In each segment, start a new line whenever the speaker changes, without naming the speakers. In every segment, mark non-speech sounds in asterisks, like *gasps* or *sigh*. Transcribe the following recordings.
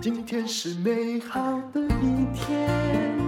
今天是美好的一天。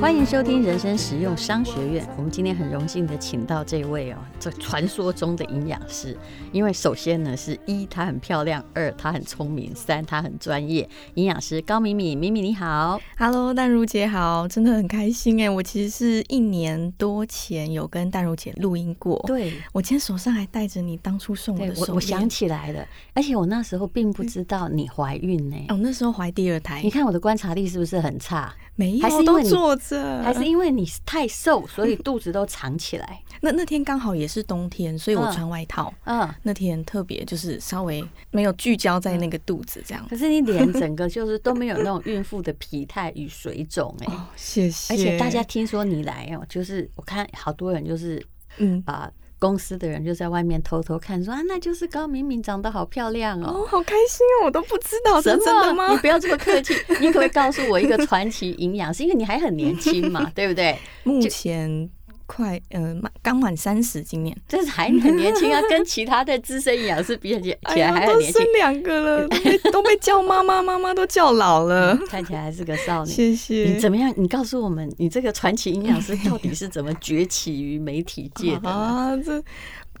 欢迎收听人生实用商学院。我们今天很荣幸的请到这位哦，这传说中的营养师。因为首先呢，是一她很漂亮，二她很聪明，三她很专业。营养师高敏敏，敏敏你好。
Hello，淡如姐好，真的很开心哎！我其实是一年多前有跟淡如姐录音过，
*laughs* 对，
我今天手上还带着你当初送我
对
的手
我
链，
我想起来了，而且我那时候并不知道你怀孕呢、
哦，那时候怀第二胎
你，看我的观察力是不是很差？
没
还是
有
因
都
为你
坐着，
还是因为你太瘦，所以肚子都藏起 *laughs* 来？
那那天刚好也是冬天，所以我
嗯
穿外套。
嗯，
那天特别就是稍微没有聚焦在那个肚子这样。
可是你脸整个就是都没有那种孕妇的疲态与水肿哎、
哦，谢谢。
而且大家听说你来哦，就是我看好多人就是
嗯，
啊、公司的人就在外面偷偷看说啊，那就是高敏敏长得好漂亮哦。
哦，好开心哦，我都不知道是
什么？
真的吗
你？不要这么客气，你可不可以告诉我一个传奇营养师？因为你还很年轻
*laughs*
嘛，对不对？
目前快嗯满刚满三十，今年
就是还很年轻啊，跟其他的资深营养师比
*laughs*
起起来还很
哎都
年轻
生，两个了，都被都被叫妈妈，妈妈都叫老了。
看起来还是个少女。
谢谢。
嗯你怎么样？你告诉我们，你这个传奇营养
*laughs*
师到底是怎么崛起于媒体界的呢？
啊？这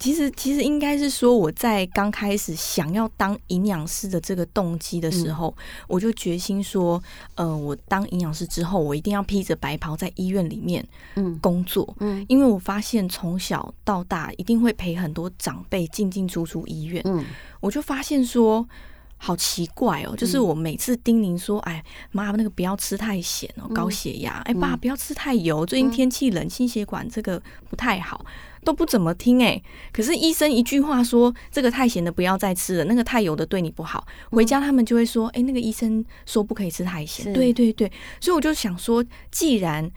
其实其实应该是说，我在刚开始想要当营养师的这个动机的时候，
嗯
我就决心说，呃，我当营养师之后，我一定要披着白袍在医院里面
嗯
工作。
嗯
因为我发现从小到大一定会陪很多长辈进进出出医院，
嗯，
我就发现说，好奇怪哦，
嗯
就是我每次叮咛说，哎妈，那个不要吃太咸哦，高血压；哎爸，不要吃太油，最近天气冷，心血管这个不太好，都不怎么听哎。可是医生一句话说，这个太咸的不要再吃了，那个太油的对你不好。回家他们就会说，哎，那个医生说不可以吃太
是
咸。对对对，所以我就想说，既然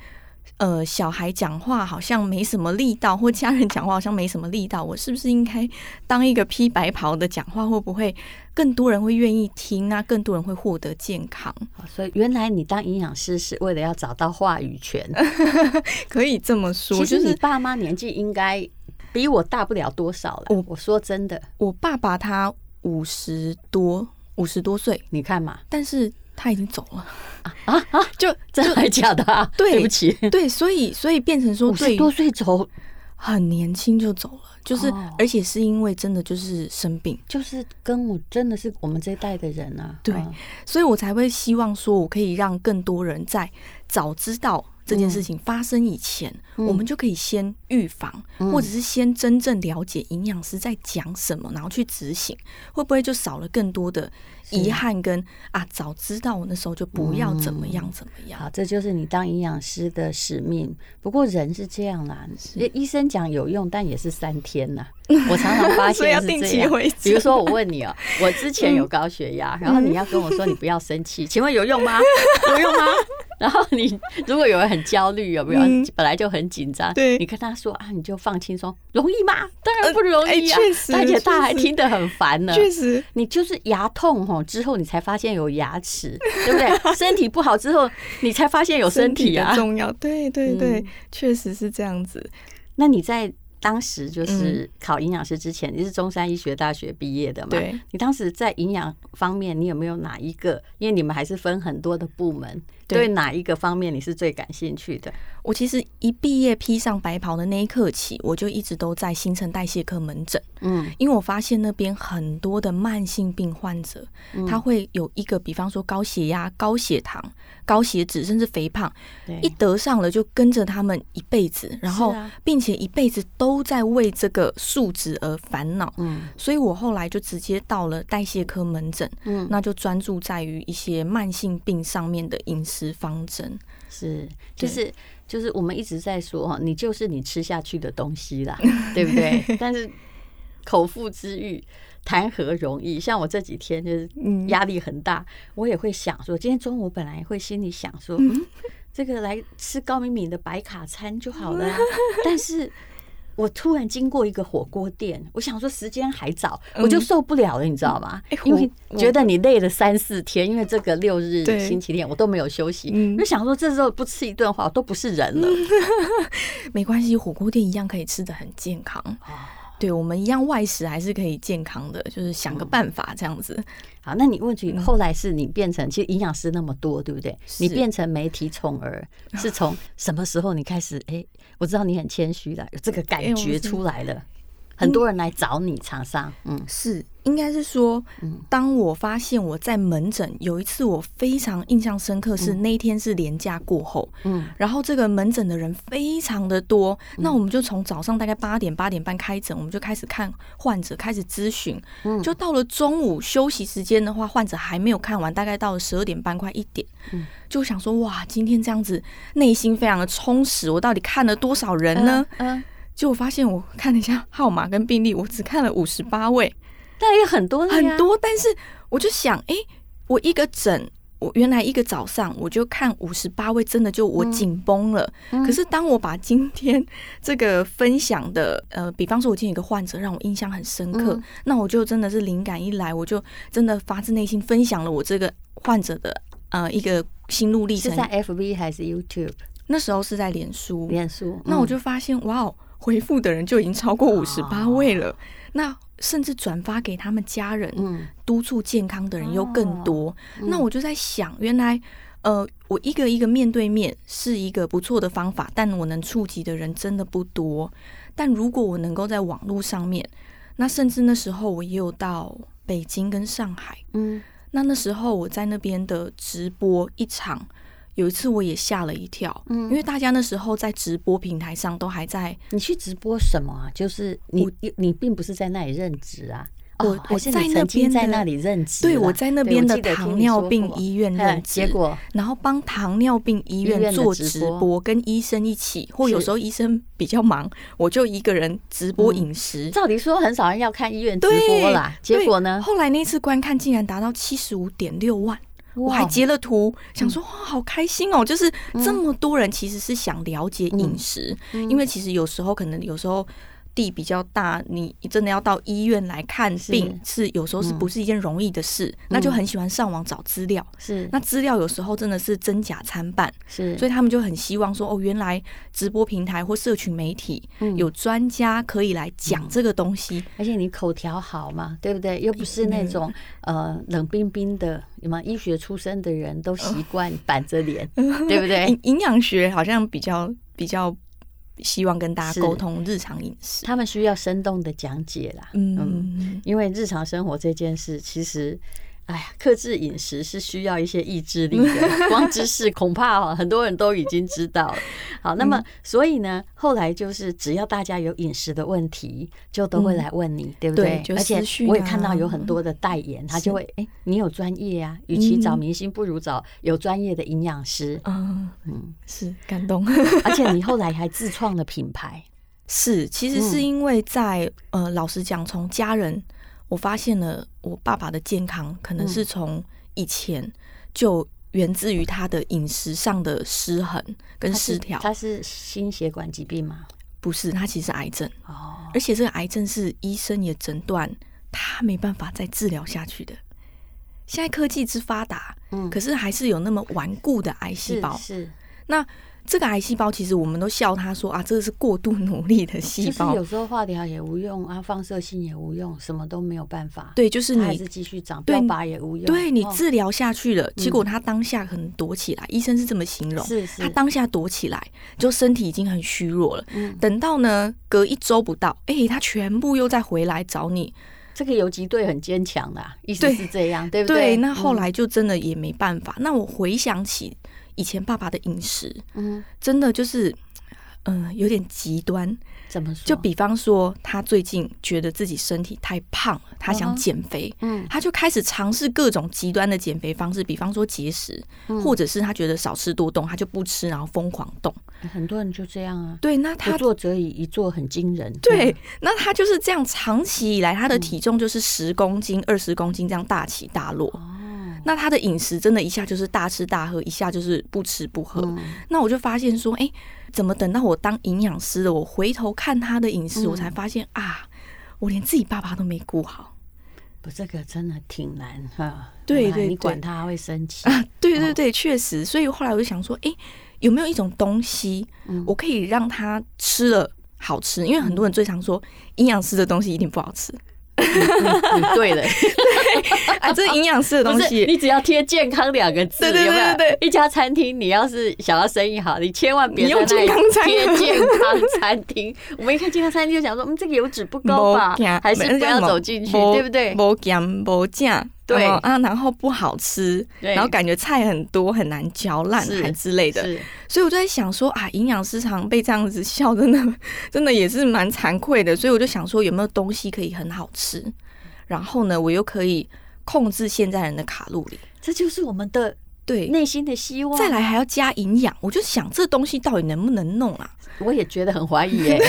呃，小孩讲话好像没什么力道，或家人讲话好像没什么力道，我是不是应该当一个披白袍的讲话？会不会更多人会愿意听？那更多人会获得健康？
好哦所以原来你当营养师是为了要找到话语权。
可以这么说，
呃 *laughs* 其
就
实你
是
爸妈年纪应该比我大不了多少了。
我
我说真的，
我爸爸他五十多，五十多岁，
你看嘛，
但是他已经走了。
啊就真的还假的、啊？
对
不起， *laughs*
对，所以所以变成说，
五
对
十
于
多岁走
很年轻就走了，就是、
哦
而且是因为真的就是生病。
就是跟我真的是我们这一代的人啊。
对
嗯
所以我才会希望说，我可以让更多人在早知道这
嗯
件事情发生以前，我们就可以先预防，
嗯
或者是先真正了解营养师在讲什么，然后去执行，会不会就少了更多的遗憾跟啊？早知道我那时候就不要怎么
嗯
样怎么 *laughs* 样。
好，这就是你当营养师的使命。不过人是这样啦，医生讲有用，但也是三天
*laughs*
呐。我常常发
所以
现
要
是
定
这
期
样
回。嗯
比如说，我问你哦、
*laughs*
我之前有高血压，然后你要跟我说你不要生气，请问有用吗？有用吗？然后你如果有人很焦虑，有没有？
嗯
本来就很紧张，
对
你跟他说啊，你就放轻松，容易吗？当然不容
呃哎
易啊，
确实
而且他
确
还
实
听得很烦呢。
实，
你就是牙痛吼之后，你才发现有牙齿， *laughs* 对不对？身体不好之后，你才发现有身体啊。嗯
重要，对对
对
确、实是这样子。
*laughs* 那你在当时就是考营养师之前，你是中山医学大学毕业的嘛？
对。
你当时在营养方面，你有没有哪一个？因为你们还是分很多的部门，对
对
哪一个方面你是最感兴趣的？
我其实一毕业披上白袍的那一刻起，我就一直都在新陈代谢科门诊。
嗯，
因为我发现那边很多的慢性病患者，
嗯
他会有一个，比方说高血压、高血糖、高血脂，甚至肥胖，
对
一得上了就跟着他们一辈子，然后
是啊
并且一辈子都在为这个数值而烦恼。
嗯
所以我后来就直接到了代谢科门诊，
嗯，
那就专注在于一些慢性病上面的饮食方针。
是，就
对
是就是我们一直在说哈，你就是你吃下去的东西啦，对不
*laughs*
对？但是口腹之欲，谈何容易？像我这几天就是
嗯
压力很大，我也会想说，今天中午本来会心里想说，嗯，这个来吃高敏敏的白卡餐就好
*laughs*
了啊、但是。我突然经过一个火锅店，我想说时间还早，我就受不了了，你知道吗？
嗯哎
因为
我
觉得你累了三四天，因为这个六日
对
星期天我都没有休息，
嗯
就想说这时候不吃一顿的话，我都不是人了。啊
没关系，火锅店一样可以吃的很健康。对我们一样外食还是可以健康的，就是想
嗯
个办法这样子。
*laughs* 好，那你问
嗯
题后来是你变成，其实营养师那么多，对不对？你变成媒体宠儿，是
*laughs*
从什么时候你开始？哎、我知道你很谦虚了，有这个感
哎我
觉
是
出来了。很多人来找你厂商，嗯，
是，应该是说，当我发现我在门诊有一次，我非常印象深刻是那一天是连假过后，
嗯
嗯，然后这个门诊的人非常的多，那我们就从早上大概八点八点半开诊，我们就开始看患者，开始咨询，就到了中午休息时间的话，患者还没有看完，大概到了十二点半快一点，就想说哇，今天这样子内心非常的充实，我到底看了多少人呢？
嗯，
结果发现我看了一下号码跟病例，我只看了五十八位。
但也很多的呀
很，多，但是我就想，诶，我一个诊，我原来一个早上我就看五十八位，真的就我紧绷了。
嗯
可是当我把今天这个分享的，呃，比方说我今天有一个患者让我印象很深刻，
嗯
那我就真的是灵感一来，我就真的发自内心分享了我这个患者的呃一个心路历
是
程。
在 FB 还是 YouTube
那时候是在脸书，
脸书？
嗯那我
嗯
就发现，哇哦，回复的人就已经超过五十八位
哦
了。那甚至转发给他们家人，
嗯
督促健康的人又
哦
更多。那我就在想，原来呃，我一个一个面对面是一个不错的方法，但我能触及的人真的不多。但如果我能够在网络上面，那甚至那时候我也有到北京跟上海，
嗯，
那那时候我在那边的直播一场。有一次我也吓了一跳，
嗯
因为大家那时候在直播平台上都还在
你去直播什么啊？就是你你你并不是在那里任职啊，哦
我
还是
我在
你
那
曾经
边
在
的
那里任职啦，
对我在那边
我
的
记得听
糖
你
尿
说
病
过
医院
嗯
任职
结果
然后帮糖尿病医
医院
院
的
做
直
直
播
播，跟医生一起，或有
是
时候医生比较忙，我就一个人直播饮食。
*laughs* 照理说很少人要看医院直
对
播啦，结
对
果呢？
后来那次观看竟然达到七十五点六万，我还
哇嗯
截了图，想说哇，好开心哦！就是这么多人其实是想了解饮食，
嗯
因为其实有时候可能有时候。地比较大，你真的要到医院来看病，是有时候是
嗯
不是一件容易的事？那就很喜欢上网找资料。
是
那资料有时候真的是真假参半，
是，
所以他们就很希望说，哦，原来直播平台或社群媒体、有专家可以来讲这个东西。
而且你口条好嘛，对不对？又不是那种、呃冷冰冰的，什么医学出身的人都习惯板着 *laughs* 脸，对不对？
营营养学好像比较比较希望跟大
是
家沟通日常饮食。
他们需要生动的讲解啦，
嗯，
因为日常生活这件事，其实，哎呀，克制饮食是需要一些意志力
*laughs*
的，光知识恐怕哦，很多人都已经知道了。好，那么
嗯
所以呢，后来就是只要大家有饮食的问题，就都会来问你，对不
嗯对就
而且
私讯啊。
我也看到有很多的代言，他就会，哎，你有专业啊，与其找明星，不如找有专业的营养师
*laughs* 嗯是感动。 *laughs*
而且你后来还自创了品牌，
是，其实是因为在、呃，老实讲，从家人，我发现了我爸爸的健康可能是从以前就源自于他的饮食上的失衡跟
它
失
是
调。
它是心血管疾病嘛？
不是，他其实是癌症。
哦，
而且这个癌症是医生也诊断他没办法再治疗下去的。现在科技之发达，
嗯
可是还是有那么顽固的癌细
是
胞。
是。
那这个癌细胞，其实我们都笑他说啊，这个是过度努力的细
就是
胞
有。时候化疗也无用啊，放射性也无用，什么都没有办法。，
对，就是
还
你
是继续长，
对
标靶也无用。
对你
哦
治疗下去了，结果他当下可能躲起来，医生是这么形容。
嗯是
他
是，
当下躲起来，就身体已经很虚弱了。
嗯
等到呢，隔一周不到，哎、他全部又再回来找你，
这个游击队很坚强的啊，意思
对
是这样，对不
对，
对，嗯
那后来就真的也没办法。那我回想起以前爸爸的饮食，
嗯，
真的就是，嗯、有点极端。
怎么说？
就比方说，他最近觉得自己身体太胖了，他
嗯
想
哼
减肥，
嗯
他就开始尝试各种极端的减肥方式，比方说节食，
嗯
或者是他觉得少吃多动，他就不吃，然后疯狂动。
很多人就这样啊，
对，那
不
他
做则已，一做很惊人。
对，那他就是这样，长期以来
嗯
他的体重就是十公斤、二十公斤这样大起大落。
哦
那他的饮食真的一下就是大吃大喝，一下就是不吃不喝。那我就发现说，哎、怎么等到我当营养师了，我回头看他的饮食，我才发现啊，我连自己爸爸都没顾好。
不，这个真的挺难哈。很
对
难
对
你
对
管他会生
*laughs*
气。
对对对，确实。嗯所以后来我就想说，哎、有没有一种东西，我可以让他吃了好吃，因为很多人最常说营养师的东西一定不好吃，
你对了，
啊，这营养师的 *laughs*
不是
东西
你只要贴“健康”两个字，
对对对
有没有
对对
一家餐厅，你要是想要生意好，你千万别
你用
在那里
健康餐
贴“健康餐厅”。我们一看“健康餐厅”，就想说，嗯，这个油脂不高
没 *laughs*
吧
行，
还是不要走进去，对不对？
不咸不酱，
对
然后啊，然后不好吃，
对
然后感觉菜很多，很难嚼烂，
是
还之类的。
是，
所以我就在想说啊，营养师常被这样子笑，真的 *laughs* 真的也是蛮惭愧的。所以我就想说，有没有东西可以很好吃，然后呢，我又可以控制现在人的卡路里，
这就是我们的
对。
内心的希望。
再，来还要加营养，我就想这东西到底能不能弄啊？
我也觉得很怀疑
*laughs*
耶。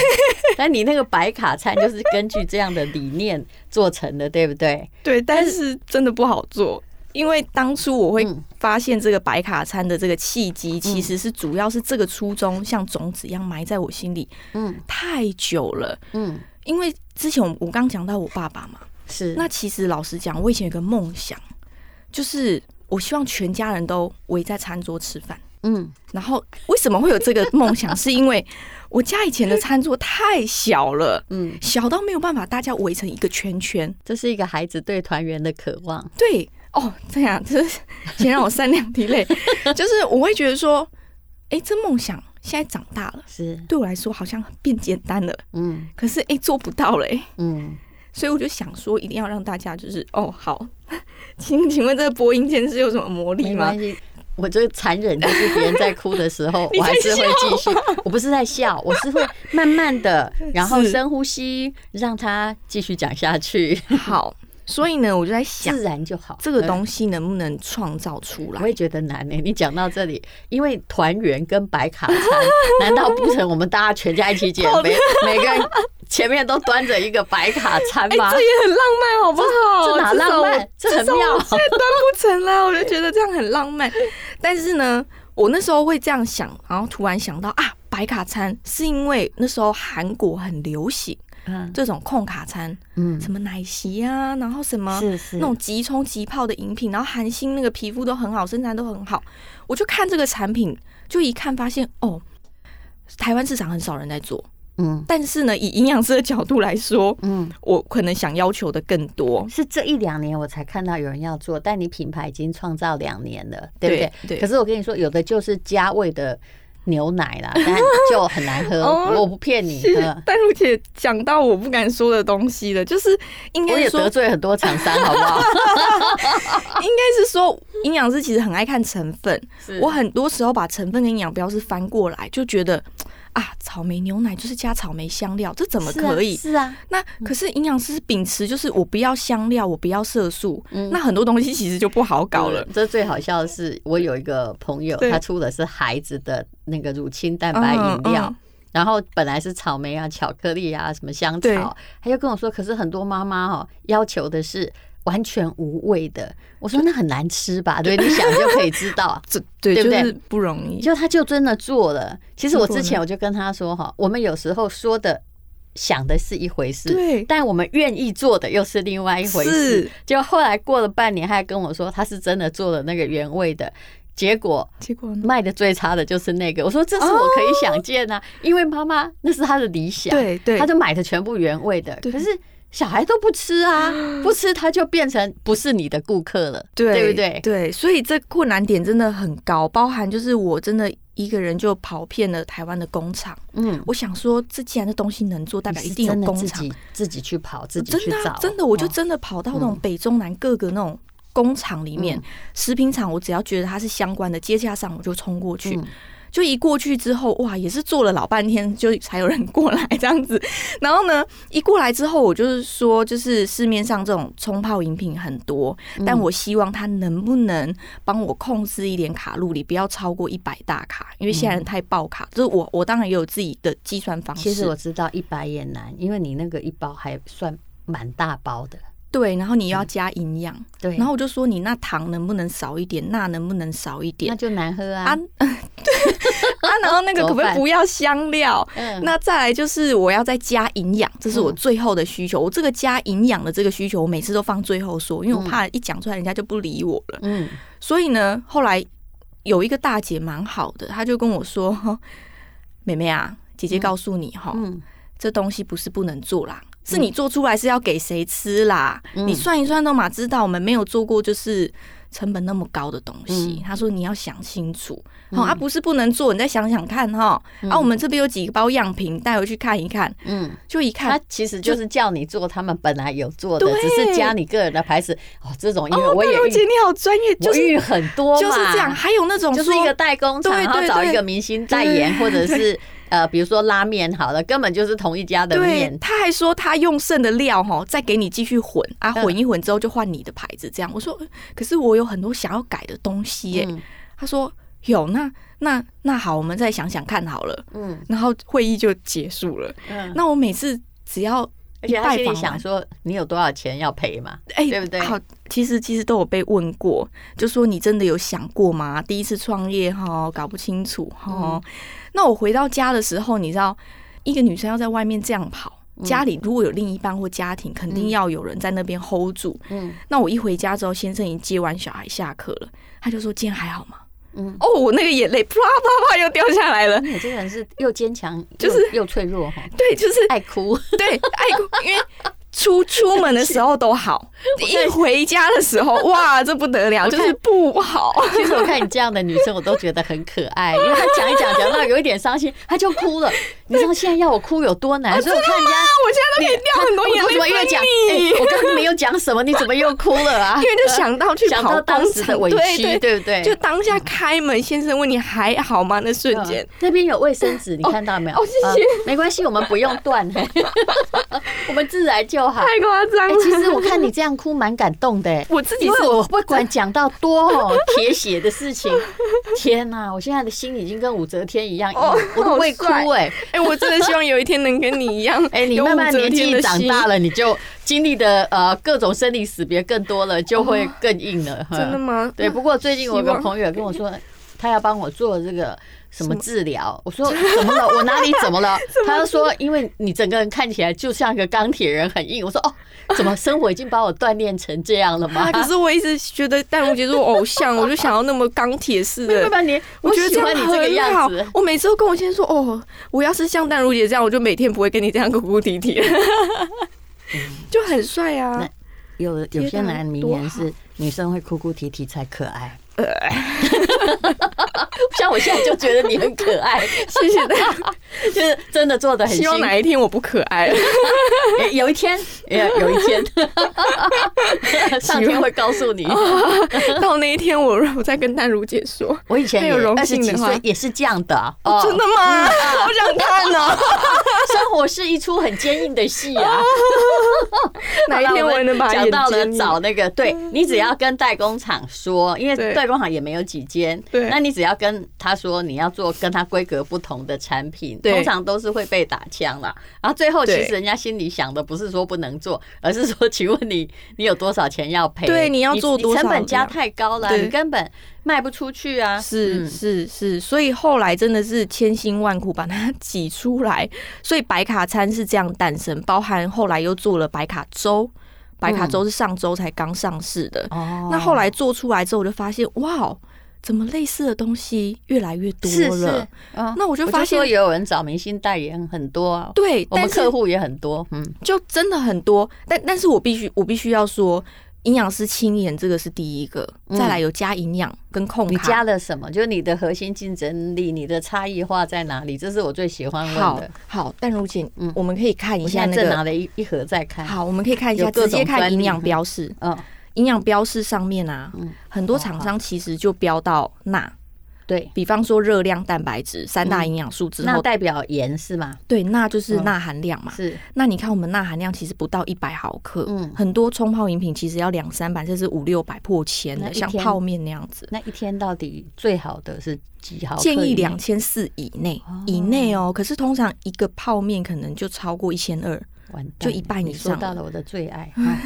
但你那个白卡餐就是根据这样的理念做成的，对不对？
对，但是真的不好做，因为当初我会
嗯
发现这个白卡餐的这个契机，其实是主要是这个初衷像种子一样埋在我心里
嗯
太久了。
嗯，
因为之前我我刚讲到我爸爸嘛，
是。
那其实老实讲，我以前有个梦想，就是我希望全家人都围在餐桌吃饭。
嗯，
然后为什么会有
*laughs*
这个梦想？是因为我家以前的餐桌太小了，
嗯，
小到没有办法大家围成一个圈圈。
这是一个孩子对团圆的渴望。
对，哦，这样就是先让我三两滴泪， *laughs* 就是我会觉得说，哎，这梦想现在长大了，
是，
对我来说好像变简单了，
嗯
可是哎，诶做不到嘞。诶
嗯，
所以我就想说，一定要让大家就是哦，好， *laughs* 请请问这个播音间是有什么魔力
没
吗
关？系。我这个残忍就是别人在哭的时
*laughs*
候，我还是会继续。我不是在笑，我是会慢慢
*laughs*
的，然后
是
深呼吸，让他继续讲下
*laughs*
去，
好，所以呢，我就在想
自然就好。嗯
这个东西能不能创造出
我
来？
也觉得难呢、欸你讲到这里，因为团圆跟白卡
*laughs*
餐，难道不成我们大家全家一起减肥，每个人 *laughs* 前面都端着一个白卡餐吗？
哎欸这也很浪漫，好不好？
这哪
至少
浪漫
我
这很
至少我
妙
现在端不成啦，我就觉得这样很浪漫。但是呢，我那时候会这样想，然后突然想到啊，白卡餐是因为那时候韩国很流行
嗯
这种控卡餐，
嗯，
什么奶昔啊，然后什么
是是
那种即冲即泡的饮品，然后韩星那个皮肤都很好，身材都很好。我就看这个产品，就一看发现哦，台湾市场很少人在做。
嗯
但是呢，以营养师的角度来说，
嗯，
我可能想要求的更多。
是这一两年我才看到有人要做，但你品牌已经创造两年了，对不对？
对对
可是我跟你说，有的就是加味的牛奶啦，但就很难喝，
哦
我不骗你。嗯
但如姐讲到我不敢说的东西了，就是应
我
该
也
是说，
得
应
罪很多厂商，好不
*laughs*
好？
该是说，营养师其实很爱看成分。
是
我很多时候把成分跟营养标示翻过来，就觉得啊，草莓牛奶就是加草莓香料，这怎么
是啊
可以？
是啊，
那可是营养师是秉持就是我不要香料，我不要色素，
嗯
那很多东西其实就不好搞了
嗯。这最好笑的是，我有一个朋友，
对
他出的是孩子的那个乳清蛋白饮料。
嗯嗯
然后本来是草莓啊、巧克力啊、什么香
对
草，他就跟我说，可是很多妈妈哦要求的是完全无味的。我说那很难吃
*laughs*
吧？对，你想就可以知道。
这嗯对
对不对
就是不容易。
就他就真的做了。其实我之
结果
前
呢
我就跟他说哈，我们有时候说的、想的是一回事，
对
但我们愿意做的又是另外一回事
是。
就后来过了半年，他还跟我说他是真的做了那个原味的，结果。
结果呢？
卖的最差的就是那个，我说这是
哦
我可以想见啊，因为妈妈那是她的理想，
对对
她就买的全部原味的，
对
可是小孩都不吃
*gasps*
啊，不吃他就变成不是你的顾客了，对不对？
对，所以这困难点真的很高，包含就是我真的一个人就跑遍了台湾的工厂。
嗯，
我想说，这既然这东西能做，代表
你
一
是
定
真
有
的
工
自
厂
己自己去跑，自己
真
去
的啊、
找，
真的，我就
哦
真的跑到那种
嗯
北中南各个那种工厂里面、
嗯
食品厂，我只要觉得它是相关的，接洽上我就冲过去。
嗯
就一过去之后，哇，也是坐了老半天，就才有人过来这样子。 *laughs* 然后呢，一过来之后，我就是说，就是市面上这种冲泡饮品很多，
嗯
但我希望它能不能帮我控制一点卡路里，不要超过一百大卡，因为现在人太爆卡。就是我，我当然也有自己的计算方式。
嗯其实我知道一百也难，因为你那个一包还算蛮大包的，
对，然后你又要
嗯
加营养。
对，
然后我就说你那糖能不能少一点，钠能不能少一
那
点
就难喝啊
啊，？啊，然后那个可不
怎么
可以
办
不要香料？
嗯
那再来就是我要再加营养，这是我最后的需
嗯
求。我这个加营养的这个需求，我每次都放最后说，因为我怕一讲出来人家就不理我了。
嗯，
所以呢，后来有一个大姐蛮好的，她就跟我说：“妹妹啊，姐姐告诉你哈，
嗯
这东西不是不能做啦，是你做出来是要给谁吃啦？
嗯
你算一算都嘛知道，我们没有做过就是成本那么高的东西。
嗯
他说你要想清楚，哦，啊不是不能做，你再想想看哈、啊，我们这边有几包样品，带回去看一看，
嗯，
就一
他
看，
其实就是叫你做他们本来有做的，
对
只是加你个人的牌子。哦，这种因为我也
露姐
遇，
你好专业，就
我
是
遇很多
就是
嘛
这样。还有那种
就是一
说
个代工厂，
对
然后
对
找一
对
个明星代言，
对
或者是呃，比如说拉面好了，根本就是同一家的面
对，。嗯他还说他用剩的料哈，再给你继续混啊，
嗯
混一混之后就换你的牌子这样。我说，呃可是我有很多想要改的东西耶、
嗯
他说有，那那那好，我们再想想看好了。
嗯
然后会议就结束了。
嗯，
那我每次只要
而
一
且他
拜
心里
访
想
完，
说，你啊有多少钱要赔 *laughs* 嘛？
哎、
对不对
好，其实其实都有被问过，就说你真的有想过吗？第一次创业哈，搞不清楚
嗯
哈。那我回到家的时候，你知道，一个女生要在外面这样跑。
嗯
家里如果有另一半或家庭，肯定要有人在那边 hold 住。
嗯
那我一回家之后，先生已经接完小孩下课了，他就说：“今天还好吗？”
嗯，
哦，我那个眼泪啪啪啪又掉下来了。
哎你这个人是又坚强，
*laughs* 就
又
是
又脆弱哈，
*laughs* 对，就是
爱哭。 *laughs*
*laughs* 对，爱哭，因为出出门的时候都好，一回家的时候，哇，这不得了，
我
就
看
是不好。 *laughs*
其实我看你这样的女生，我都觉得很可爱，因为她讲一讲讲到有一点伤心，她就哭了。你知道现在要我哭有多难，所以我看人家
啊，我现在都可以掉很多
我
眼
怎么
泪
越
给
讲，
你，
哎，我刚刚没有讲什么，你怎么又哭了啊？
*laughs* 因为就想到去
*laughs* 想
跑
到当
工
时的
厂，
委
对
屈，
对。
对不对？
就当下开门，先生问你还好吗？那瞬间
嗯，那边有卫生
*laughs*
纸，你看到没有？
哦谢谢
呃没关系，我们不用
*laughs*
断，嘿我们自然就好。
太夸张
哎
了。
其实我看你这样哭，蛮感动的。哎
*laughs* 我自己
因
是
为我不管讲到多 *laughs* 哦铁血的事情，天哪！我现在的心已经跟武则天一样硬，
哦
我都会哭
好
哎。，
哎，我真的希望有一天能跟你一样
哎、你
有
慢慢
武则
年
天
纪
的
长
心
大，了，你就经历的呃各种生离死别更多了，就会更硬了。呵
真的吗？
对，不过最近我有
嗯希
个
望
朋友跟我说，他要帮我做这个什么治疗，我说怎么了？我哪里怎么了？
*laughs*
他就说，因为你整个人看起来就像个钢铁人，很硬。我说哦，怎么生活已经把我锻炼成这样了吗
*laughs* 啊，？可是我一直觉得戴荣杰是我偶像，我就想要那么钢铁似
*laughs* 没办。
的
法，你
我觉得
喜
这
欢你
样
这个
很
样
好
子。。
我每次都跟我先生说，哦，我要是像淡如姐这样，我就每天不会跟你这样哭哭啼啼了， *laughs* 就很帅啊
那。有有些
天哪
男名
多
言
好
是女生会哭哭啼啼才可爱。
呃
*laughs* 像我现在就觉得你很可爱，
谢
*laughs*
谢大家，
就是真的做的很辛
希望
苦。
哪一天我不可
*laughs*
爱了。
诶有一
*laughs*
天，也有一天， *laughs* 上天会告
*laughs*
诉你。
哦到那一天我，我再跟淡如姐说。
我以前
还
也
有荣
二十
幸的
几
话
岁也是这样的啊，
哦
哦啊
真的吗？好想看
*laughs*
哦！
生活是一出很坚硬的戏啊。
*laughs* 哪一天我也能把
讲
眼
到了
睛
找那个，对你只要跟代工厂说，因为
嗯对
代工厂也没有几间，
对
那你只要跟他说你要做跟他规格不同的产品，
对
通常都是会被打枪啦。然后最后其
对
实人家心里想的不是说不能做，而是说，请问你 *laughs* 你有多少钱要赔？
对你要做多少
成本
这
加
样
太高了，
对
你根本卖不出去啊。
是
嗯
是是，所以后来真的是千辛万苦把它挤出来，所以白卡餐是这样诞生，包含后来又做了白卡粥，白卡粥是上周才刚上市的。
哦
那后来做出来之后，我就发现哇哦，怎么类似的东西越来越多了？
是是，嗯
那我就
我
发
就
现
说也有人找明星代言很多啊，
对，
我们
但是
客户也很多，嗯，
就真的很多，但但是我必须我必须要说。营养师青眼这个是第一个，
嗯
再来有加营养跟控
你
卡，
加了什么？就是你的核心竞争力，你的差异化在哪里？这是我最喜欢问
好
的。
好，但如姐，
嗯
我们可以看一
我
下
现
那
在正
个
拿了一一盒在看。，
好，我们可以看一
哎
下，
有各
直
种
接看
专利
营养标示。
嗯，
营养标示上面啊，
嗯
很多厂商其实就标到钠，
对，
比方说热量、蛋白质三大营养素之
嗯那
后，
代表盐是吗？
对，钠就是
嗯
钠含量嘛。
是，
那你看我们钠含量其实不到一百毫克，
嗯
很多冲泡饮品其实要两三百甚至五六百破千
那
的，
一
像
天
泡面那样子。
那一天到底最好的是几毫克以
建
内？
议两千四以内，以内哦。可是通常一个泡面可能就超过一千二，
完蛋
就一半
你
以上
说到
了
了我的最
*laughs*
爱。啊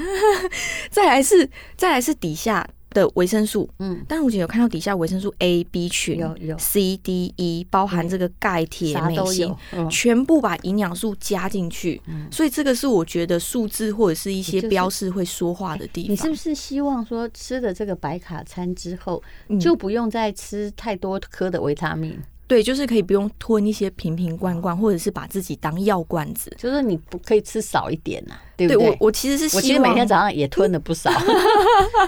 再来是再来是底下的维生素，
嗯，
但是我姐有看到底下维生素 A、B 群，
有有嗯
C、D、E，包含这个钙、铁、
啥
镁、
都
锌
有，。嗯
全部把营养素加进去。所以这个是我觉得数字或者是一些
就是
标示会说话的地
你是
方
不。是希望说吃了这个白卡餐之后
嗯，
就不用再吃太多颗的维他命？
对，就是可以不用吞一些瓶瓶罐罐，或者是把自己当药罐子。
就是你不可以吃少一点呐、对不
对
对？
我，我其实
*laughs*
是
我其
希
实
望
每天早上也吞了不少，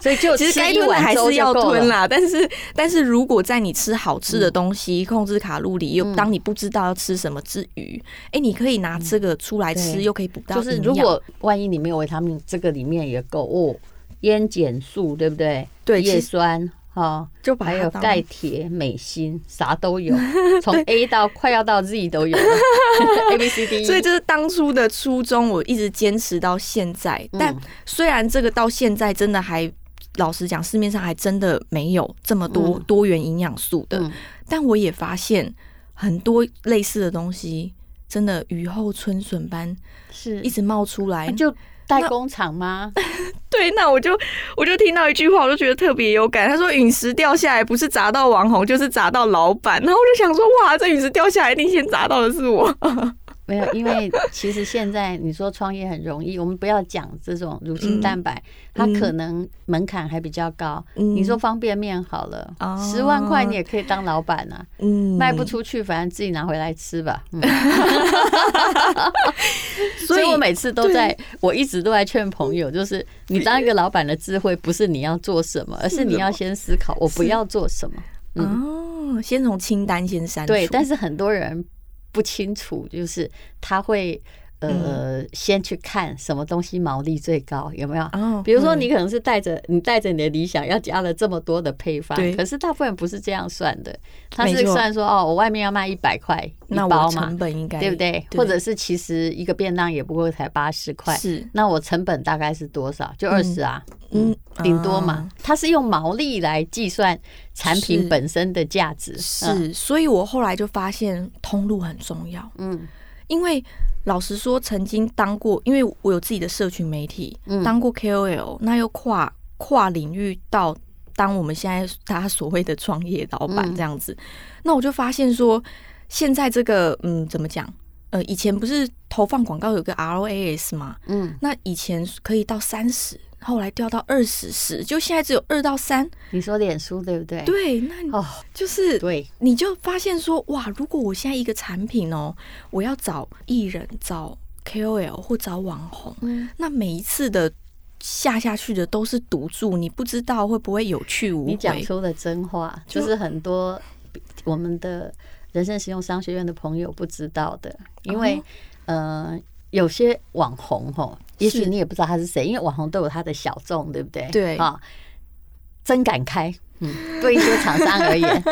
所以就
*laughs* 其实
吃
该
一
吞的
碗
还
粥
是
就
要
够
吞
了。
啦，但是但是如果在你吃好吃的东
嗯
西、控制卡路里，又当你不知道要吃什么之余，哎、你可以拿这个出来
嗯
吃，
对
又可以补到
就是
营
如
养
果万一你没有维他命，这个里面也够哦，烟碱素对不对？
对其
叶
实
酸哈、哦
就把
还
它
有
当
钙、铁、镁、锌，啥都
*laughs*
有，从 A 到快要到 Z 都有，A B C D。E
所以这是当初的初衷，我一直坚持到现在。但
嗯
虽然这个到现在真的还，老实讲，市面上还真的没有这么多
嗯
多元营养素的，
嗯
但我也发现很多类似的东西，真的雨后春笋般
是
一直哎冒出来。
那嗯 *laughs* 就代工厂吗？
对，那我就我就听到一句话，我就觉得特别有感。他说：“陨石掉下来不是砸到网红，就是砸到老板。”然后我就想说：“哇，这陨石掉下来一定先砸到的是我。
没有，因为其实现在你说创业很容易，我们不要讲这种乳清蛋白，它
嗯
可能门槛还比较高。
嗯
你说方便面好了
哦，
十万块你也可以当老板啊，”
嗯
卖不出去，反正自己拿回来吃吧。
*laughs*
嗯所以
所以
我每次都
对
在，我一直都在劝朋友，就是你当一个老板的智慧，不是你要做什么，而是你要先思考，我不要做什么。
哦，先从清单先删除。
嗯对，但是很多人不清楚，就是他会呃、先去看什么东西毛利最高，有没有？
嗯哦，
比如说，
嗯
你可能是带着你带着你的理想，要加了这么多的配方
对，
可是大部分人不是这样算的，他
没
是
错
算说哦，我外面要卖一百块一
那
包
我
嘛
成，本应该
对不对？或者是其实一个便当也不过才八十块，
是
那我成本大概是多少？就二十啊，
嗯
嗯，顶多
啊
嘛。它是用毛利来计算产
是
品本身的价值，嗯
是，所以我后来就发现通路很重要，
嗯
因为老实说，曾经当过，因为我有自己的社群媒体，
嗯
当过 KOL，那又跨跨领域到当我们现在大家所谓的创业老板
嗯
这样子，那我就发现说，现在这个嗯，怎么讲？呃，以前不是投放广告有个 ROAS 吗？
嗯，
那以前可以到三十，后来掉到二十十，就现在只有二到三。
你说脸书对不对？
对，那你
哎哦，
就是
对，
你就发现说，哇，如果我现在一个产品哦，我要找艺人、找 KOL 或找网红，
嗯，
那每一次的下下去的都是赌注，你不知道会不会有去无
你讲
回。
出了真话，
就
就是很多我们的人生实用商学院的朋友不知道的，因为、呃，有些网红吼，也许
哦是
你也不知道他是谁，因为网红都有他的小众，对不对？
对
啊，真敢开，嗯，对一些厂商而
*laughs*
言，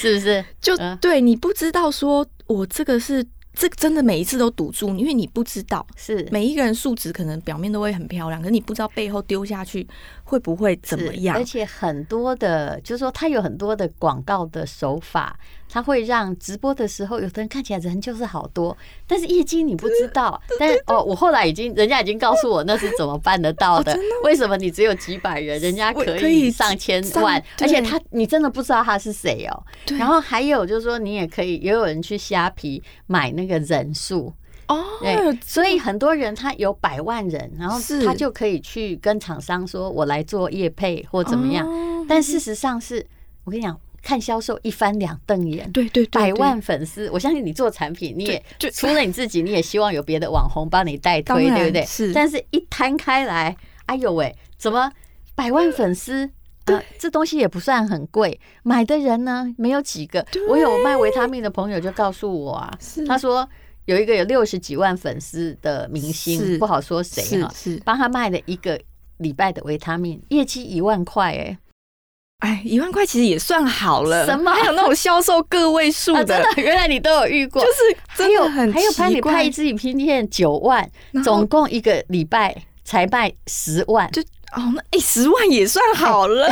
是不是？
就
嗯
对你不知道说，我这个是这真的每一次都赌注，因为你不知道。
是。
每一个人数值可能表面都会很漂亮，可是你不知道背后丢下去会不会怎么
是
样
而。且很多的，就是说，它有很多的广告的手法，它会让直播的时候，有的人看起来人就是好多，但是业绩你不
啊
知道。但是哦，我后来已经，人家已经告诉我那是怎么办得
哦
到的。为什么你只有几百人，人家
我
可
可以
以上千
上
万？而且
对
他，你真的不知道他是谁哦。
对
然后还有就是说，你也可以，也有人去虾皮买那个人数，
哦
对，，所以很多人他有百万人，然后
是
他就可以去跟厂商说，我来做业配或怎么样。
哦
但事实上是，我跟你讲，看销售一翻两瞪眼。
对对对
百
对
万粉丝，我相信你做产品，你也
对
除了你自己，你也希望有别的网红帮你带
当
推，
然
对不对？
是
但是一摊开来，哎呦喂，怎么百万粉丝？呃，这东西也不算很贵，买的人呢没有几个。我有卖维他命的朋友就告诉我啊
是，
他说有一个有六十几万粉丝的明
是
星，不好说谁啊
是
哈，
是，
帮他卖了一个礼拜的维他命，业绩一万块哎、
哎，一万块其实也算好了。
什么
还有那种销售个位数
啊，
的，
真的，原 *laughs* 来你都有遇过，
就是
还
真
有
的很
还有拍你
奇怪
拍一支影片九万
然，后
总共一个礼拜才卖十万，
就哦，那哎十万也算好了，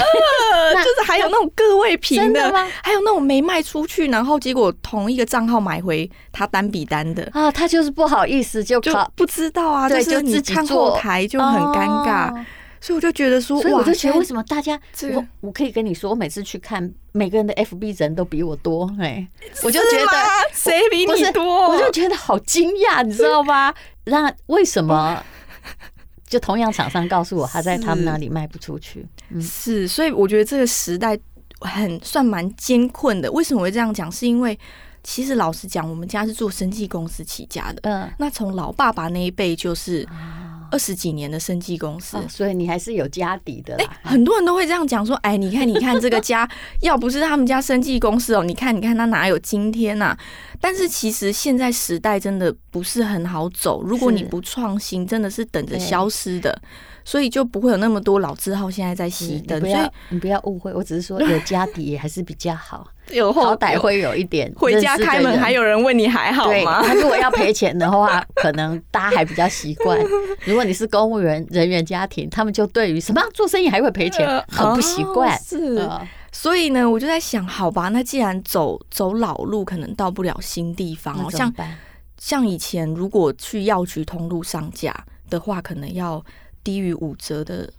那
*laughs* 就是还有那种个位平
真的吗
还有那种没卖出去，然后结果同一个账号买回他单笔单的，
啊，他就是不好意思就
就
考，
不知道啊，
对
是
就
你
自己
看
做
后台就很尴尬，
哦
所以我就觉得说，
所以我
哇
就觉得为什
么
么大家，
这个
我我可以跟你说，我每次去看每个人的 FB 人都比我多，哎，我就觉得
谁比
不是
你多，
我就觉得好惊讶，你知道
*laughs*
吗？那为什么？就同样厂商告诉我，他在他们那里卖不出去。
是，所以我觉得这个时代很算蛮艰困的。为什么会这样讲？是因为其实老实讲，我们家是做生计公司起家的，
嗯，
那从老爸爸那一辈就是二十几年的生计公司。
啊哦所以你还是有家底的
哎、
啦。
很多人都会这样讲说，哎，你看，你看这个家， *laughs* 要不是他们家生计公司哦，你看，你看他哪有今天呐、但是其实现在时代真的不是很好走，如果
是
你不创新，真的是等着
对
消失的，所以就不会有那么多老字号现在在
是
熄
你
灯，
不
所以
要，你不要误会，我只是
*laughs*
说有家底也还是比较好，
有后
好歹会有一点
*laughs* 回家开门还
有。
有人问你还好
对，
吗？
他如果要赔钱的话，可能大家还比较习
*laughs*
惯。如果你是公务员人员家庭，他们就对于什么做生意还会赔钱
呃
很不习惯
哦。是、
呃
所以呢，我就在想，好吧，那既然走走老路，可能到不了新地方
那
哦。
怎么
像
办？
像以前，如果去药局通路上架的话，可能要低于五折的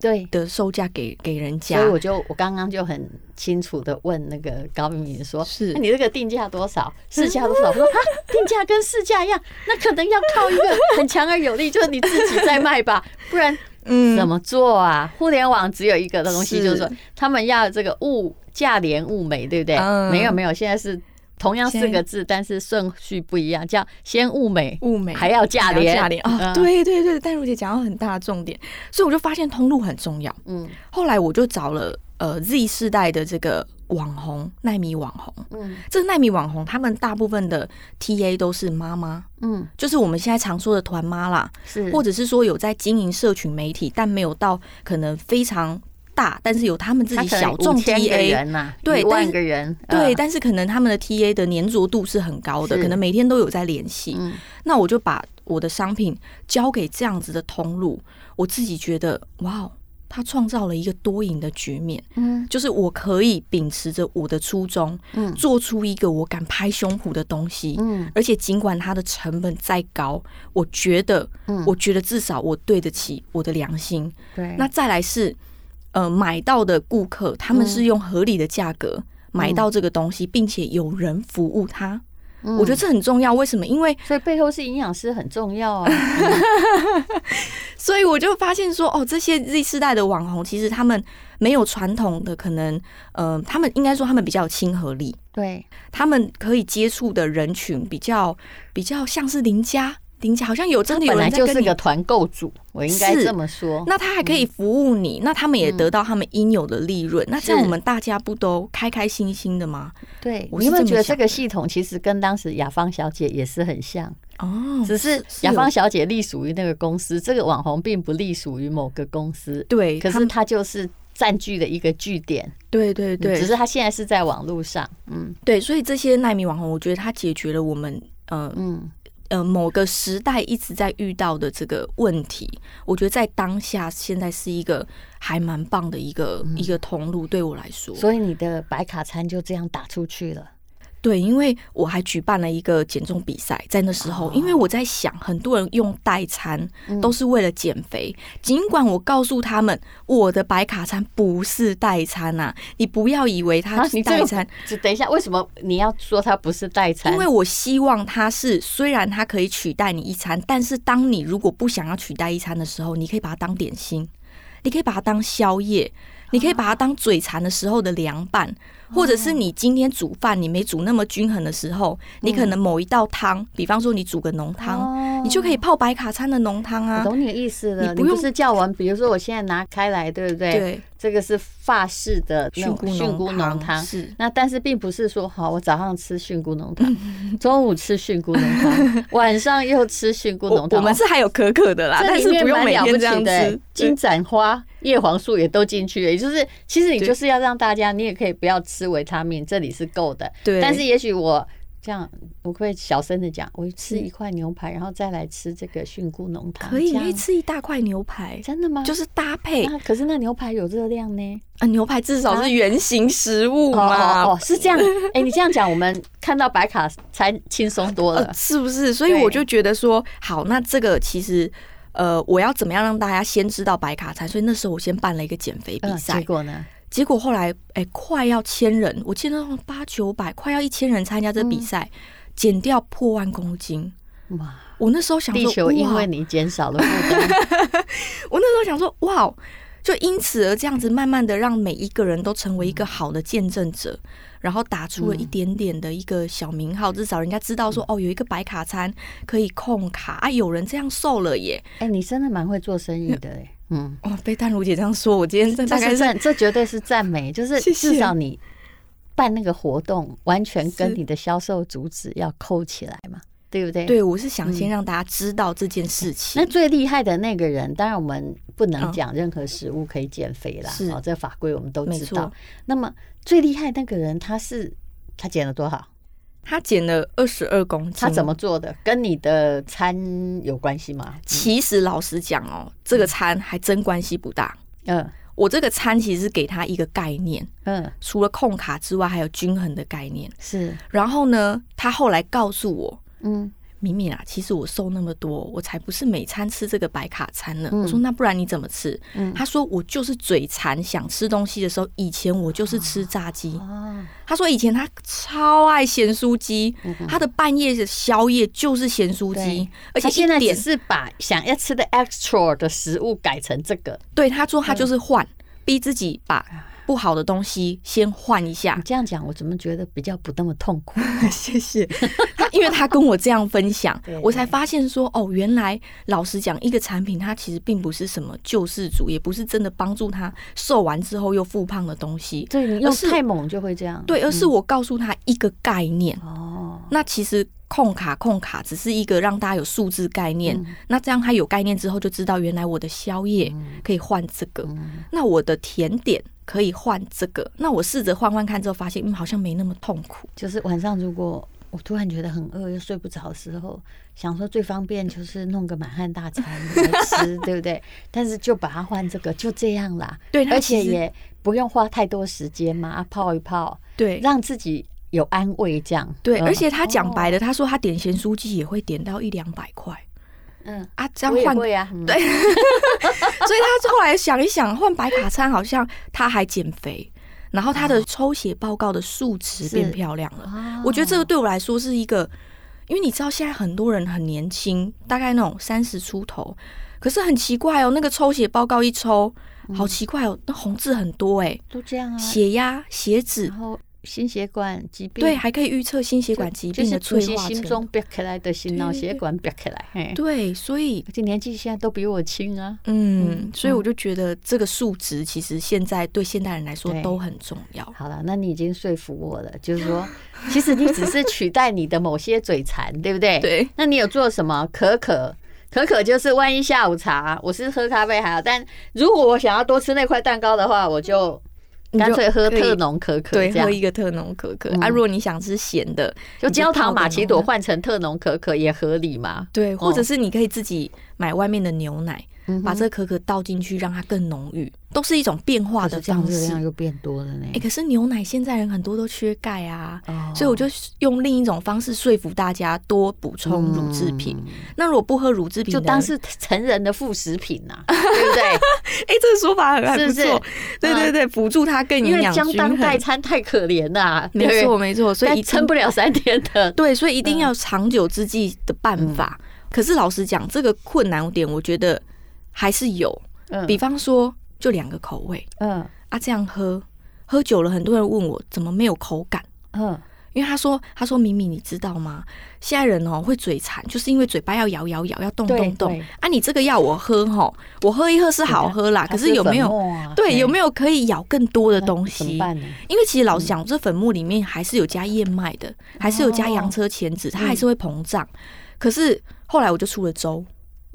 对，
的售价给给人家
所以。我就我刚刚就很清楚的问那个高敏敏说：“
是
那你这个定价多少？
*laughs*
市价多少？”我说：“啊，定价跟市价一样，那可能要靠一个很强而有力，就是你自己在卖
*laughs*
吧，不然
嗯
怎么做啊？互联网只有一个东西，
是
就是说他们要这个物价廉物美，对不对？
嗯
没有没有，现在是同样
现
四
在
个字，但是顺序不一样，叫先物美，
物美
还要价
还要
廉，
价廉
嗯，
啊！对对对，但如姐讲到很大的重点，所以我就发现通路很重要。
嗯
后来我就找了呃 Z 世代的这个网红奈米网红，
嗯
这个奈米网红他们大部分的 TA 都是妈妈，
嗯，
就是我们现在常说的团妈啦，
是
或者是说有在经营社群媒体，但没有到可能非常大，但是有他们自己小众
千个
TA。
人呐，
对
一
但
万
是
个人，
对，
嗯
但是可能他们的 TA 的粘着度是很高的，
是
可能每天都有在联系。
嗯
那我就把我的商品交给这样子的通路，我自己觉得哇哦，他创造了一个多赢的局面。
嗯
就是我可以秉持着我的初衷，
嗯
做出一个我敢拍胸脯的东西，
嗯
而且尽管它的成本再高，我觉得，
嗯
我觉得至少我对得起我的良心。
对，
那再来是，呃，买到的顾客他们
嗯
是用合理的价格。买到这个东西，并且有人服务他，
嗯
我觉得这很重要。为什么？因为
所以背后是营养师很重要啊，
所以我就发现说，哦，这些 Z 世代的网红，其实他们没有传统的可能，呃，他们应该说他们比较有亲和力，
*laughs* 对，
他们可以接触的人群比较比较像是邻家，邻家好像有真的有
本来
人在
就
跟
是
你
个。团购组，我应该
是
这么说，
那他还可以服务你，那他们也得到他们应有的利润。那这样
是
我们大家不都开开心心的吗？
对，
我
你
是
有没有
这么
觉得这
想
个系统其实跟当时雅芳小姐也是很像？
哦，
只是
是
雅
有
芳小姐隶属于那个公司，这个网红并不隶属于某个公司，
对，
可
他
是
们
她就是占据了一个据点，
对对对，
只是她现在是在网络上，嗯
对，所以这些耐米网红，我觉得他解决了我们呃
嗯，
呃某个时代一直在遇到的这个问题，我觉得在当下现在是一个还蛮棒的一个、
嗯
一个通路，对我来说。
所以你的白卡餐就这样打出去了，
对，因为我还举办了一个减重比赛，在那时候，因为
哦
我在想，很多人用代餐
嗯
都是为了减肥，尽管我告诉他们我的白卡餐不是代餐啊，你不要以为它
啊
是
你这个
代餐，
只等一下，为什么你要说它不是代餐？
因为我希望它是，虽然它可以取代你一餐，但是当你如果不想要取代一餐的时候，你可以把它当点心，你可以把它当宵夜，
啊
你可以把它当嘴馋的时候的凉拌，
哦
或者是你今天煮饭你没煮那么均衡的时候，你可能某一道汤，比方说你煮个浓汤，
嗯哦
你就可以泡白卡餐的浓汤
我
啊。
懂你的意思了，
你
你
不
不
用
是叫我们，比如说我现在拿开来，对不对？，
对，
这个是法式的那种
菌菇
哎菌菇浓汤，
是
那但是并不是说好，我早上吃菌菇浓汤，
*laughs*
中午吃菌菇浓汤，晚上又吃菌菇
我
浓汤。
我们是还有可可的啦，
这
但
里
是
面
不用
蛮
每
了不
天这
起
样
的欸
吃。，
金盏花、叶黄素也都进去了。也就是，其实你
对
就是要让大家，你也可以不要吃维他命，这里是够的。
对，
但是也许我这样，我会小声的讲，我吃一块牛排，然后再来吃这个菌菇浓汤。
可
这
以，你
样
可以吃一大块牛排，
真的吗？
就是搭配。
那可是那牛排有热量呢。
啊，牛排至少是圆形食物
哦
嘛，
嗯哦哦，是这样。 *laughs* 哎，你这样讲，我们看到白卡才轻松多了
呃，。是不是？所以
对
我就觉得说，好，那这个其实，呃，我要怎么样让大家先知道白卡餐？所以那时候我先办了一个减肥呃比
嗯，
赛，
结果呢？
结果后来，哎、快要千人，我记得好像八九百，快要一千人参加这
嗯
比赛，减掉破万公斤。
哇，
我那时候想说，
地球因
哇
*laughs* 为你减少了负担，
我那时候想说，哇，就因此而这样子，慢慢的让每一个人都成为一个好的见证者，然后打出了一点点的一个小名号，至少人家知道说，哦，有一个白卡餐可以控卡啊，有人这样瘦了耶！
哎、你真的蛮会做生意的哎、
*laughs*
嗯，
哇，哦被淡如姐这样说，我今天真的
这
大概
是
是
赞，这绝对是赞美，就是
谢谢
至少你办那个活动，完全跟
是
你的销售主旨要扣起来嘛，对不对？。
对我是想先让大家知道这件事情。
那最厉害的那个人，当然我们不能
嗯
讲任何食物可以减肥啦，
是
哦，这法规我们都
没
知
错
道。那么最厉害那个人，他是他减了多少？
他减了二十二公斤，
他怎么做的？跟你的餐有关系吗？
其实老实讲哦，这个餐还真关系不大。
嗯
我这个餐其实是给他一个概念，
嗯，
除了控卡之外，还有均衡的概念。
是
然后呢，他后来告诉我，
嗯
敏敏啊，其实我瘦那么多，我才不是每餐吃这个白卡餐呢。
嗯
我说那不然你怎么吃？
嗯
他说我就是嘴馋，想吃东西的时候，以前我就是吃炸鸡。
哦，
他说以前他超爱咸酥鸡，
嗯
他的半夜的宵夜就是咸酥
对
鸡，而且
他现在
一
只
点
是把想要吃的 extra 的食物改成这个，
对他
嗯
说他就是换，逼自己把不好的东西先换一下
你。这样讲，我怎么觉得比较不那么痛苦？
谢谢 *laughs* 他，因为他跟我这样分享
对，
我才发现说，哦，原来老实讲，一个产品它其实并不是什么救世主，也不是真的帮助他瘦完之后又复胖的东西，
*laughs* 对你用
而是
太猛就会这样。
对，而是我告诉他一个概念。
哦，
那其实控卡控卡只是一个让大家有数字概念，
嗯
那这样他有概念之后就知道原来我的宵夜
嗯
可以换这个，那我的甜点可以换这个，那我试着换换看之后发现，嗯，好像没那么痛苦。
就是晚上如果我突然觉得很饿又睡不着的时候，想说最方便就是弄个满汉大餐来
*laughs*
吃，对不对？但是就把它换这个，就这样啦。
对它
而且
其实
也不用花太多时间嘛，啊泡一泡，
对
让自己有安慰，这样。
对，
嗯
而且他讲白了，他说他点咸酥鸡也会点到一两百块
嗯，
啊，这样
我也
换，所以
会啊，嗯
对他后来想一想，换白卡餐好像他还减肥，然后他的抽血报告的数值
嗯是
变漂亮了。
哦
我觉得这个对我来说是一个，因为你知道现在很多人很年轻，大概那种三十出头，可是很奇怪哦，那个抽血报告一抽，
嗯
好奇怪哦，那红字很多哎、
都这样啊，
血压、血脂
然，后心血管疾病
对，还可以预测心血
血
管疾病的
就是
脆
除夕
化
心
程
中
度。
憋起来的心脑
对对
血管憋起来，嘿，
对，所以
而且年纪现在都比我轻啊。
嗯，所以我就觉得这个数值其实现在对现代人来说
对
都很重要。
好了，那你已经说服我了，就是说，其实你只是取代你的某些嘴馋，对不对？。
对，
那你有做什么？可可，可可就是万一下午茶，我是喝咖啡还好，但如果我想要多吃那块蛋糕的话，我就
你就
干脆喝
可以
特浓可可，
对
这，样
喝一个特浓可可、啊，
嗯
如果你想吃咸的，
就焦糖玛奇朵
你就泡个浓的
换成特浓可可也合理嘛？
对，或者
哦
是你可以自己买外面的牛奶，
嗯哼
把这个可可倒进去，让它更浓郁，都是一种变化的
可是这样
方
热
式。
量
哎、
又变多了呢。
可是牛奶现在人很多都缺钙啊。
哦
所以我就用另一种方式说服大家多补充乳制品。那如果不喝乳制品
嗯
的
就
人，
当是成人的副食品呐、对
*laughs*
不对？
哎、这个说法很还
是
不
不
错。
是
对
嗯
对对，辅助它更
因
营
为
嗯养
江
均
当
衡。
代餐太可怜啦、对不
没
对
错没错，所以一
但撑
定
不嗯了三天的。
对，所以一定要长久之计的办
嗯
法。可是老实讲，这个困难点我觉得还是有。
嗯
比方说，就两个口味，
嗯
啊，这样喝喝久了，很多人问我怎么没有口感，
嗯，
因为他说他说明明你知道吗？现在人哦会嘴馋，就是因为嘴巴要摇摇摇，要动
对
动动
对
啊。你这个要我喝吼，我喝一喝是好喝啦，可是有没有？对，有没
有
有可以咬更多的东
啊怎么
西？
办呢？
因为其实老实讲，这粉末里面还是有加燕麦
哦
的，还是有加洋车前子，它还是会膨胀。可是后来我就出了粥，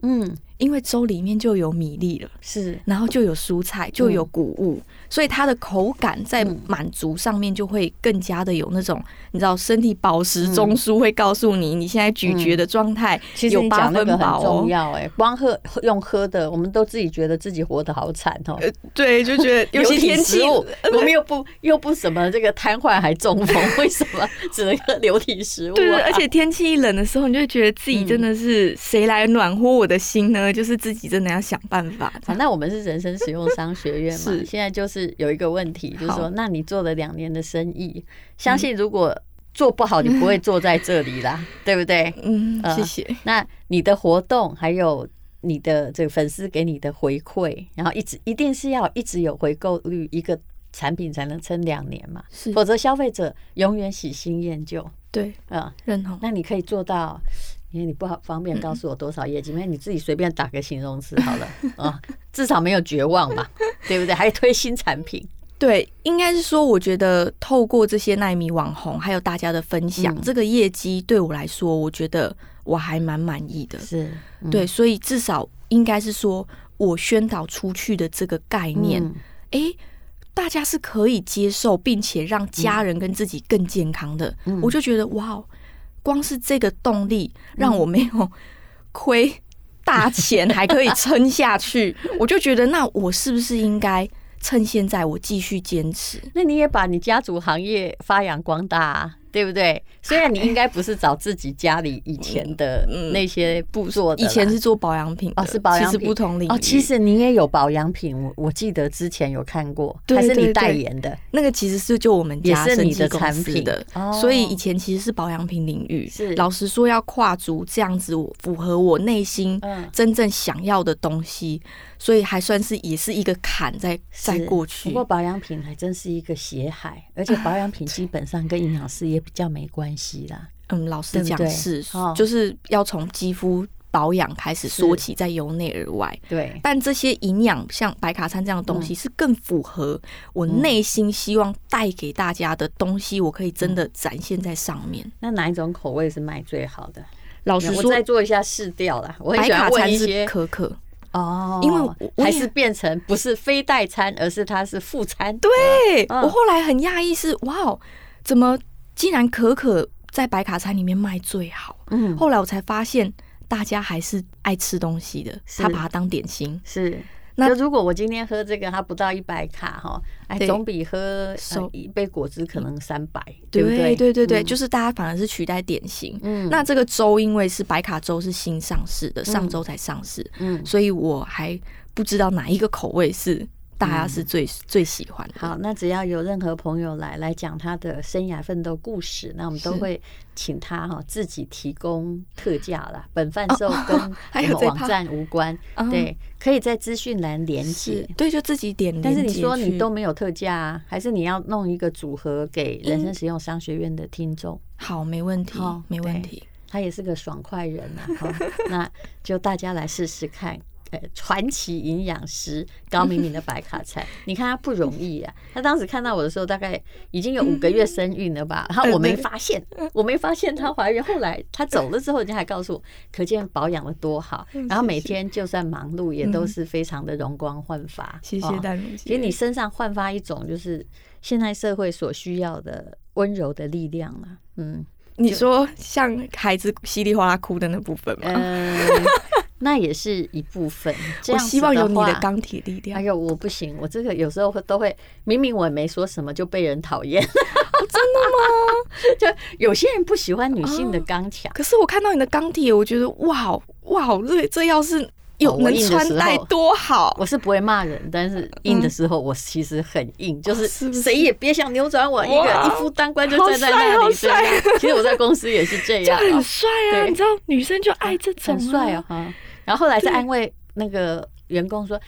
嗯，
因为粥里面就有米粒了。
是
然后就有蔬菜，就有谷物，
嗯
所以它的口感在满足上面就会更加的有那种，你知道，身体饱食中枢会告诉你你现在咀嚼的状态
嗯其实
有
你
八
讲那
分
个
饱
很重
哦。
要哎、光喝喝用喝的，我们都自己觉得自己活得好惨哦。
对，就觉
*laughs*
得呃尤其
体
天气呃
食，物，我们又不又不什么这个瘫痪还中风， *laughs* 为什么只能喝流体食物、啊？
对，而且天气一冷的时候，你就会觉得自己真的是谁来暖和我的心
嗯
呢？就是自己真的要想办法。
好，啊那我们是人生实用商学院嘛
*laughs* 是，
现在就是有一个问题，就是说
好，嗯
那你做了两年的生意，相信如果做不好，你
*laughs*
不会坐在这里啦，对不对？
嗯，
呃
谢谢。
那你的活动还有你的这个粉丝给你的回馈，然后一直一定是要一直有回购率，一个产品才能撑两年嘛，
是
否则消费者永远喜新厌旧
对
啊、
认同。
那你可以做到，因为你不好方便告诉我多少业绩，那、你自己随便打个形容词
*laughs*
好了啊、至少没有绝望嘛，对不对？还推新产品，
对，应该是说，我觉得透过这些奈米网红还有大家的分享，
嗯
这个业绩对我来说，我觉得我还蛮满意的。
是、
对，所以至少应该是说我宣导出去的这个概念，
嗯
诶，大家是可以接受，并且让家人跟自己更健康的，
嗯
我就觉得哇哦，光是这个动力让我没有亏大钱，还可以撑
*laughs*
下去，我就觉得那我是不是应该趁现在我继续坚持？
那你也把你家族行业发扬光大、啊，对不对？虽然你应该不是找自己家里以前
*laughs*
的那些部做的
嗯以
啦，
前是做保养品的
哦是保养
其实
品
不同领域
哦，其实你也有保养品，我我记得之前有看过，
对
还是你
对
代
对
言的，
那个其实是就我们家
也是
生
你
技
的
公
产
司
品
的，
哦
所以以前其实是保养品领域。
是
老实说，要跨足这样子，我符合我内心
嗯
真正想要的东西，所以还算是也是一个坎在在
是
过去
不。过保养品还真是一个血海，
*laughs*
而且保养品基本上跟营养师也比较没关系啦。
嗯，老
对
实
不
讲
对
是
哦，
就是要从肌肤保养开始
是
说起，再由内而外。
对，
但这些营养像白卡餐这样
嗯
的东西，是更符合我内心希望带给大家的东西，我可以真的展现在上面。
那哪一种口味是卖最好的？
老实
嗯我
说，
再做一下试调啦。我很
白
喜欢
卡
问
餐
一
是
些
可可，
哦，
因为我我
还
也
是变成不是非代餐，而是它是副餐。对，
对、
嗯
啊我后来很讶异是，哇哦，怎么竟然可可在白卡餐里面卖最好？
嗯，
后来我才发现，大家还是爱吃东西的，
是
他把它当点心。
是。
那
那如果我今天喝这个，它不到一百卡哈，哎，
对
总比喝呃
手
一杯果汁可能三百，对不对？
对对对
嗯
对就是大家反而是取代点心。
嗯
那这个周因为是白卡周是新上市的，上周才上市，
嗯，
所以我还不知道哪一个口味是大家是最、最喜欢的。
嗯好，，那只要有任何朋友来来讲他的生涯奋斗故事，那我们都
是
会请他哈自己提供特价啦。本贩售跟
哦还
我
有
们
这
网
趴
站无关，
嗯
对，可以在资讯栏连
是
接。
对，就自己点连接
但
去。
是你说你都没有特价、啊，还是你要弄一个组合给人
嗯
生实用商学院的听众？
好，没问题
好，
没问
对
题。
他也是个爽快人呐、
*laughs*
哈那就大家来试试看。呃，传奇营养师高敏敏的白卡菜，你看她不容易啊。她当时看到我的时候，大概已经有五
*laughs*
个月身孕了吧，然后我没发现，
嗯
我没发现她怀孕。后来她走了之后，人家还告诉我，可见保养的多好。
嗯
然后每天就算忙碌，也都是非常的容光焕发。哦
丹如
其实你身上焕发一种就是现在社会所需要的温柔的力量啦。
*laughs*
嗯，
你说像孩子稀里哗啦哭的那部分吗？
嗯，那也是一部分。这
呃我
样
希
子
望有你
话
的。钢铁力
哎
量。
呦，我不行，我这个有时候会都会，明明我也没说什么，就被人讨厌。
哦
真的吗？ *laughs* 就有些人不喜欢女性
哦
的刚强。
可是我看到你的钢铁，我觉得哇哇，这这要是有
哦我
能
硬的
穿
时
戴
候
多好
我。是不会骂人，但是硬的时候我其实很硬，就是
嗯哦是不是
谁也别想扭转我，一个
哇
一夫当关就站在那
好
里。
帅好帅
对啊其实我在公司也是
*laughs*
这样啊，
帅
对
知道女生就爱这
很
啊
帅哦，哈。然后后来是安慰那个员工说，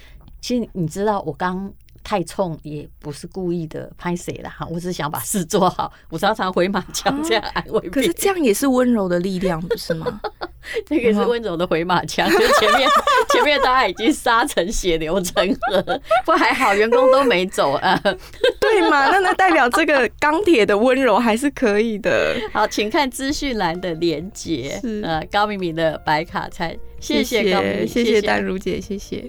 其实你知道我刚太冲也不是故意的，拍谁了哈，我只是想把事做好。我常常回马枪这样安慰
哦可
别
是
人，
这样也是温柔的力量，不
*laughs*
是吗？
这个是温柔的回马
*laughs*
枪，就是前面前面大家已经杀成血流成河，不过还好员工都没走啊。
*laughs* 对嘛？那那代表这个钢铁的温柔还是可以的。
好，请看资讯栏的连啊接
是，
呃，高敏敏的白卡餐，谢谢高敏敏，
谢谢丹如姐，谢谢。